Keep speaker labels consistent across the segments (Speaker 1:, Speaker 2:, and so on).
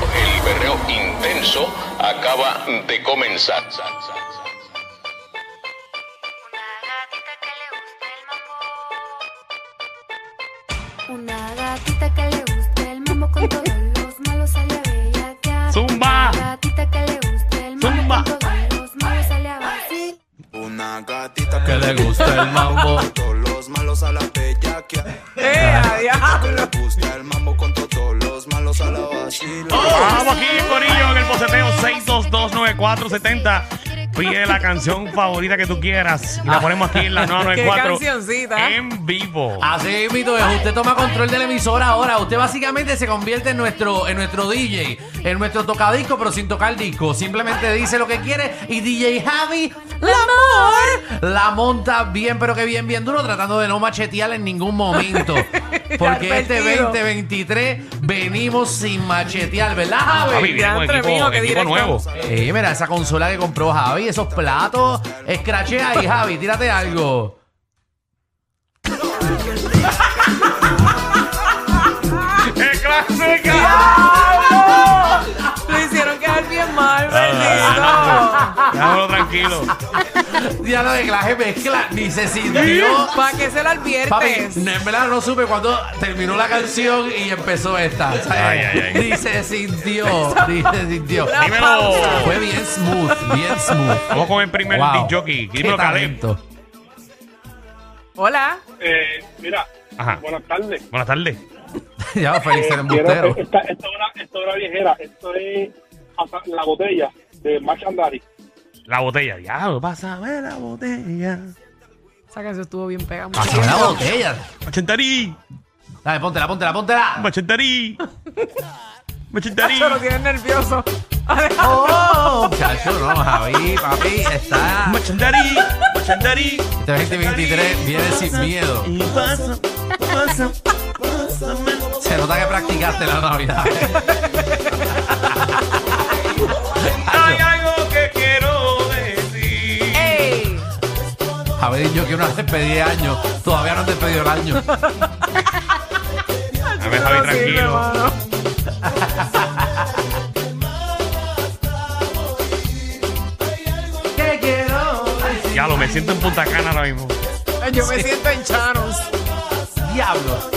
Speaker 1: El berreo intenso acaba de comenzar.
Speaker 2: Una gatita que le gusta el mambo. Una gatita que le gusta el mambo con todos los malos sale a bellaquear.
Speaker 3: Zumba.
Speaker 2: Una gatita que le gusta el mambo
Speaker 3: Zumba.
Speaker 2: con todos los malos sale a vacilar.
Speaker 4: Una gatita
Speaker 3: que
Speaker 4: que
Speaker 3: le gusta el mambo.
Speaker 4: todos los malos a la bellaquia. Que le gusta el mambo con todos los malos a la vacila.
Speaker 3: Vamos aquí, Corillo, en el boceteo 622-9470. Pide la canción favorita que tú quieras y la ponemos aquí en la
Speaker 5: Ah. Qué
Speaker 3: 994
Speaker 5: cancioncita. Ah,
Speaker 3: en vivo.
Speaker 6: Así mito es, usted toma control de la emisora ahora. Usted básicamente se convierte en nuestro, en nuestro DJ, en nuestro tocadisco, pero sin tocar disco. Simplemente dice lo que quiere y DJ Javi, ¡Lamor! La monta bien, pero que bien, bien duro, tratando de no machetear en ningún momento. Porque este
Speaker 5: Advertido.
Speaker 6: 2023 venimos sin machetear, ¿verdad,
Speaker 3: Javi,
Speaker 6: Javi?
Speaker 3: viene con
Speaker 5: diantre
Speaker 3: equipo,
Speaker 5: mío, qué
Speaker 3: equipo
Speaker 5: directo.
Speaker 3: nuevo.
Speaker 6: Eh, mira, esa consola que compró Javi, esos platos. Escrachea ahí, Javi, tírate algo.
Speaker 3: ¡Qué clásica!
Speaker 5: Lo hicieron quedar bien mal,
Speaker 3: Ah.
Speaker 5: bendito.
Speaker 3: Déjalo tranquilo.
Speaker 6: Diablo de clase mezcla, ni se sintió.
Speaker 5: ¿Para qué se lo
Speaker 6: Papi,
Speaker 5: adviertes?
Speaker 6: no, en verdad no supe cuando terminó la canción y empezó esta. O sea,
Speaker 3: Ay, ay, ay.
Speaker 6: Ni se sintió, ni se sintió.
Speaker 5: La
Speaker 3: Dímelo.
Speaker 5: pausa.
Speaker 6: Fue bien smooth, bien smooth.
Speaker 3: Vamos con el primer
Speaker 6: Wow.
Speaker 3: disc jockey.
Speaker 6: Qué
Speaker 3: Dímelo, Caleb.
Speaker 6: talento.
Speaker 5: Hola.
Speaker 7: Eh, mira,
Speaker 3: Ajá.
Speaker 7: buenas tardes.
Speaker 3: Buenas tardes.
Speaker 6: Ya, Félix el
Speaker 7: Quiero,
Speaker 5: Eh,
Speaker 6: embustero.
Speaker 7: esta, esta, es una, esta es una viejera, Ah, esto es hasta la botella de Machandari.
Speaker 3: La botella. Diablo, pásame la botella.
Speaker 5: Esa canción estuvo bien pegada.
Speaker 6: Pasó la botella.
Speaker 3: Machentarí.
Speaker 6: Dale, póntela, póntela, póntela.
Speaker 3: Machentarí. Machentarí.
Speaker 5: Se lo tienen nervioso.
Speaker 6: Oh, chacho, no, Javi, papi, está.
Speaker 3: Machentarí. Machentarí.
Speaker 6: Este 2023 viene sin miedo.
Speaker 3: Y pasa, pasa.
Speaker 6: Se nota que practicaste la Navidad.
Speaker 3: Hay algo que quiero decir.
Speaker 5: ¡Ey!
Speaker 6: Javi, yo quiero una despedida de año. Todavía no he despedido el año.
Speaker 3: A ver, Javi,
Speaker 5: No sirve,
Speaker 3: tranquilo.
Speaker 5: mano.
Speaker 6: que quiero decir.
Speaker 3: Ya lo me siento en Punta Cana ahora mismo.
Speaker 5: Yo me siento en Chanos.
Speaker 6: Diablo.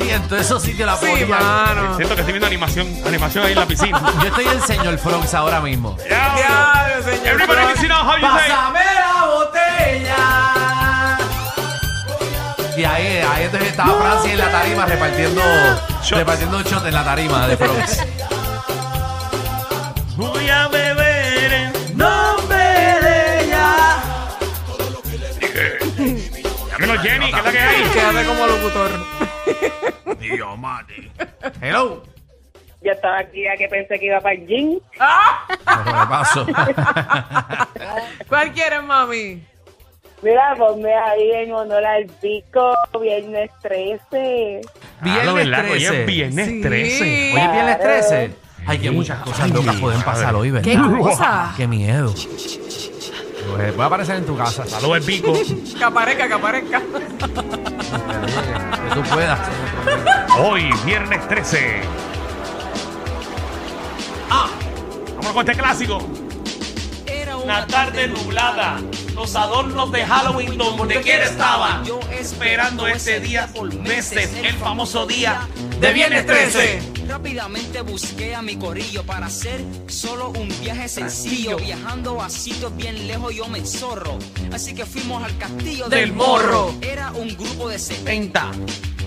Speaker 6: Siento, eso sí que la
Speaker 5: Sí,
Speaker 6: ponía.
Speaker 5: mano.
Speaker 3: Siento que estoy viendo animación, animación ahí en la piscina.
Speaker 6: Yo estoy el señor Frogs ahora mismo.
Speaker 3: Ya.
Speaker 5: Diablo, señor.
Speaker 3: Everybody
Speaker 5: Pero-
Speaker 3: can see now how you say.
Speaker 6: ¡Pásame la botella! Y ahí, ahí entonces estaba Francia en la tarima repartiendo
Speaker 3: Shots.
Speaker 6: repartiendo shots en la tarima de Frogs.
Speaker 3: Voy a beber en
Speaker 6: ¡Nombre de ella!
Speaker 3: Dímelo, Jenny, ¿qué es la que hay?
Speaker 5: Quédate como locutor.
Speaker 6: ¡Hello!
Speaker 8: Yo estaba aquí ya que pensé que iba para el gym.
Speaker 5: ¡Ah!
Speaker 6: Pero me paso.
Speaker 5: ¿Cuál quieres, mami?
Speaker 8: Mira, ponme ahí en honor al pico, viernes 13.
Speaker 3: Ah, lo verdad, Hoy es
Speaker 6: 13.
Speaker 3: viernes
Speaker 5: Sí.
Speaker 3: 13.
Speaker 6: Hoy es viernes 13. Ay, que muchas cosas locas pueden pasar hoy, ¿verdad?
Speaker 5: ¿Qué cosa?
Speaker 6: Qué miedo. Pues, voy a aparecer en tu casa. Salud.
Speaker 3: Saludos, el pico.
Speaker 5: Que aparezca, que aparezca.
Speaker 6: Que tú puedas.
Speaker 3: Hoy, viernes 13. Ah, Vamos con este clásico.
Speaker 9: Era
Speaker 3: Una tarde nublada, los adornos de Halloween donde quiera estaba. Yo esperando ese día por meses, el famoso día de Viernes 13.
Speaker 9: Rápidamente busqué a mi corillo para hacer solo un viaje sencillo. Viajando a sitios bien lejos yo me enzorro. Así que fuimos al castillo
Speaker 3: Del Morro.
Speaker 9: Era un grupo de 70,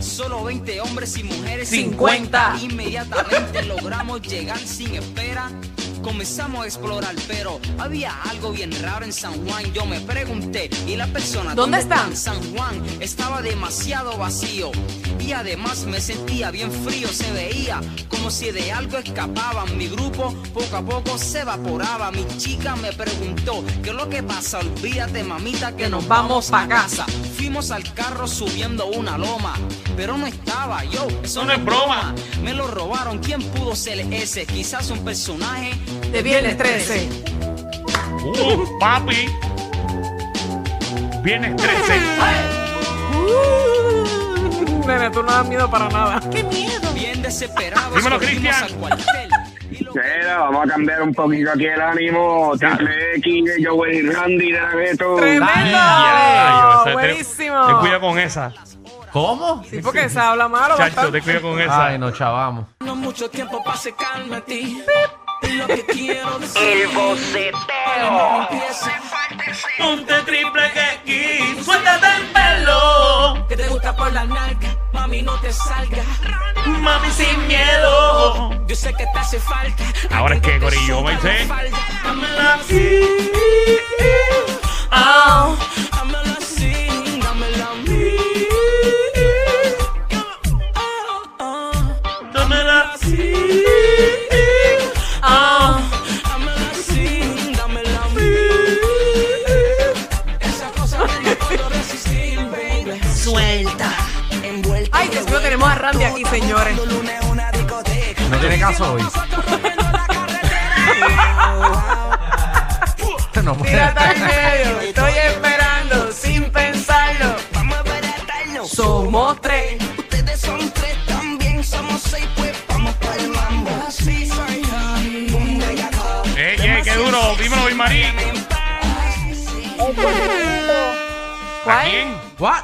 Speaker 9: solo 20 hombres y mujeres.
Speaker 5: 50.
Speaker 9: Inmediatamente logramos llegar sin espera. Comenzamos a explorar, pero había algo bien raro en San Juan. Yo me pregunté, ¿y la persona
Speaker 5: ¿Dónde
Speaker 9: está?
Speaker 5: están?
Speaker 9: En San Juan estaba demasiado vacío. Y además me sentía bien frío, se veía como si de algo escapaban. Mi grupo poco a poco se evaporaba. Mi chica me preguntó, ¿qué es lo que pasa? Olvídate, mamita, que, nos vamos para casa. Fuimos al carro subiendo una loma, pero no estaba yo. Eso no, es broma. Me lo robaron. ¿Quién pudo ser ese? Quizás un personaje
Speaker 5: De Viernes 13.
Speaker 3: Uh, papi. Viernes 13.
Speaker 5: Uh, Nene, tú no das miedo para nada.
Speaker 3: Oh,
Speaker 9: bien desesperado.
Speaker 3: Dímelo,
Speaker 9: Cristian.
Speaker 10: Mira, vamos a cambiar un poquito aquí el ánimo. Triple X, Joey Randy de la Ghetto.
Speaker 5: ¡Tremendo! Oh,
Speaker 3: Ay, o sea,
Speaker 5: ¡Buenísimo!
Speaker 3: Te, te cuida con esa.
Speaker 6: ¿Cómo?
Speaker 5: Sí, porque se habla malo.
Speaker 3: Chacho, te
Speaker 5: bastante.
Speaker 3: cuida con esa.
Speaker 6: Ay, no, chavamos.
Speaker 11: No mucho tiempo para secarme a ti. Y lo que quiero decir.
Speaker 3: El boceteo. Ponte triple X. Suéltate el pelo.
Speaker 11: Que te gusta por la nalga. Mami, no te salga.
Speaker 3: Mami, sin miedo.
Speaker 11: Yo sé que te hace falta.
Speaker 3: Ahora es que, Corillo, ¿me dice?
Speaker 11: Dámela así. Ah. Dámela así. Dámela a mí. Ah, ah. Dámela así. Ah. Dámela así. Dámela a mí. Esa cosa que no puedo resistir, baby. Suelta. Envuelta.
Speaker 5: Ay, Dios mío, tenemos a Randy aquí, señores.
Speaker 6: No tiene caso hoy. no puede.
Speaker 5: Tírate al medio. Estoy esperando sin pensarlo. Somos tres.
Speaker 11: Ustedes son tres, también somos seis, pues vamos para el mambo. Así soy yo. Un bellaco.
Speaker 3: Ey, ey, Eh, qué duro. Dímelo, Bismarí.
Speaker 8: El conejito.
Speaker 3: ¿A quién?
Speaker 6: What?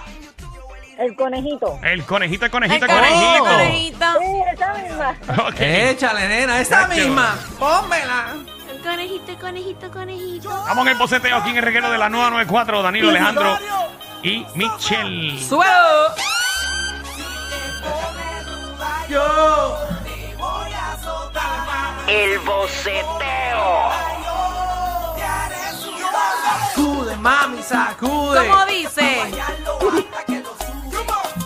Speaker 8: El conejito.
Speaker 3: El conejito, el conejito, el
Speaker 5: conejito,
Speaker 3: conejito.
Speaker 5: conejito.
Speaker 8: Sí, esa misma.
Speaker 3: Ok. ¿Eh?
Speaker 6: Échale, nena, esa
Speaker 3: Chacho.
Speaker 6: misma. Pónmela.
Speaker 2: El conejito, el conejito, el conejito.
Speaker 3: Vamos en el boceteo aquí en el reguero de la nueva 94. Danilo Alejandro y Michelle.
Speaker 5: ¡Suelo!
Speaker 12: El boceteo.
Speaker 6: Sacude, mami, sacude.
Speaker 5: ¿Cómo dice?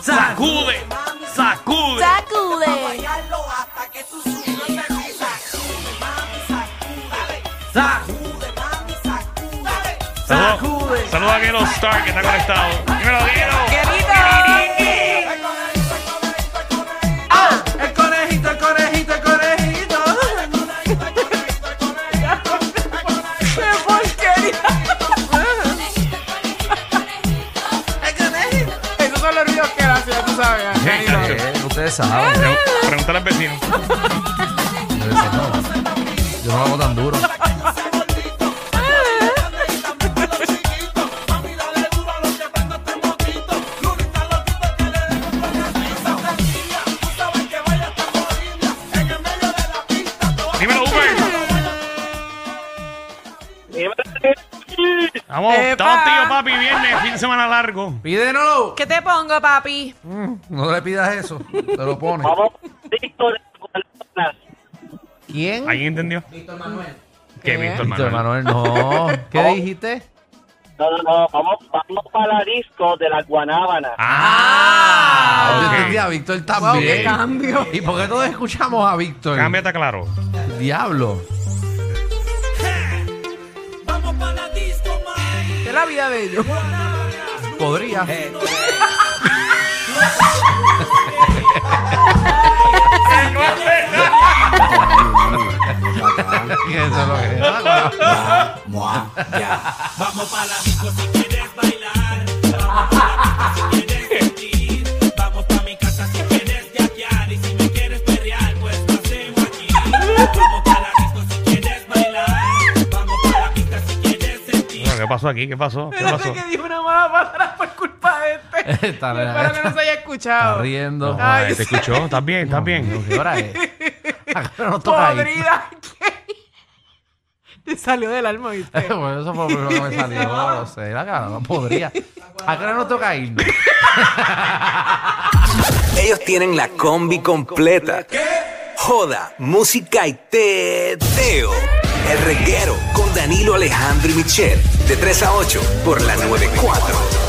Speaker 3: Sacude, sacude.
Speaker 2: Sacude.
Speaker 6: Sacude,
Speaker 3: Saludos saludo a Guero Star que está conectado. Dímelo, Guero.
Speaker 5: ¡Querido!
Speaker 6: Ah, el conejito, el conejito, el conejito.
Speaker 5: ¡Qué porquería!
Speaker 6: El conejito.
Speaker 5: Esos son los ruidos que él hacía, tú sabes.
Speaker 3: Sí, chacho.
Speaker 6: Eh, ustedes saben.
Speaker 3: Pre- Pregúntale al vecino.
Speaker 6: Ustedes saben. Yo no lo hago tan duro.
Speaker 3: Dímelo, Uber. Vamos,
Speaker 5: Epa.
Speaker 3: estamos tío, papi. Viernes, fin de semana largo.
Speaker 6: Pídenlo.
Speaker 5: ¿Qué te pongo, papi?
Speaker 6: No le pidas eso. Te lo pones.
Speaker 7: Vamos, Víctor, con las-
Speaker 6: ¿Quién?
Speaker 3: ¿Alguien entendió? Víctor Manuel. ¿Qué, Víctor
Speaker 6: Víctor Manuel,
Speaker 3: Manuel?
Speaker 6: no. Oh. ¿Qué dijiste?
Speaker 7: No, no, no, vamos, vamos para la disco de la Guanábana.
Speaker 6: Ah, yo
Speaker 3: Ah, ok.
Speaker 6: entendí a Víctor
Speaker 5: Wow, qué
Speaker 6: también.
Speaker 5: cambio.
Speaker 6: ¿Y por qué todos escuchamos a Víctor?
Speaker 3: Cámbiate claro.
Speaker 6: Diablo.
Speaker 5: De la vida de ellos. Eh.
Speaker 6: Podría. Eso es lo que
Speaker 11: Vamos para la disco si quieres bailar. Vamos pa' la disco si quieres sentir. Vamos pa' mi casa si quieres yaquear. Y si me quieres perrear, pues lo hacemos aquí. Vamos pa' la disco si quieres bailar. Vamos pa' la pista si quieres sentir.
Speaker 3: Bueno, ¿Qué pasó aquí? ¿Qué pasó? ¿Qué
Speaker 5: Espérate
Speaker 3: pasó?
Speaker 5: que dijo una mala palabra por culpa de este.
Speaker 6: Está bien.
Speaker 5: Espero que no se haya
Speaker 6: está
Speaker 5: escuchado.
Speaker 6: riendo.
Speaker 3: Ah,
Speaker 5: Ay,
Speaker 3: ¿Te escuchó? ¿Estás bien? ¿Estás bien?
Speaker 6: ¿Qué hora es? Ahora no toca ahí.
Speaker 5: Podrida. Te salió del alma, ¿viste?
Speaker 6: Bueno, eso fue lo que me salió. No lo sé. La cara no podría. Acá no toca irnos.
Speaker 13: Ellos tienen la combi completa. Joda, música y teo.
Speaker 5: El reguero con Danilo Alejandro y Michel de 3 a 8 por la 94.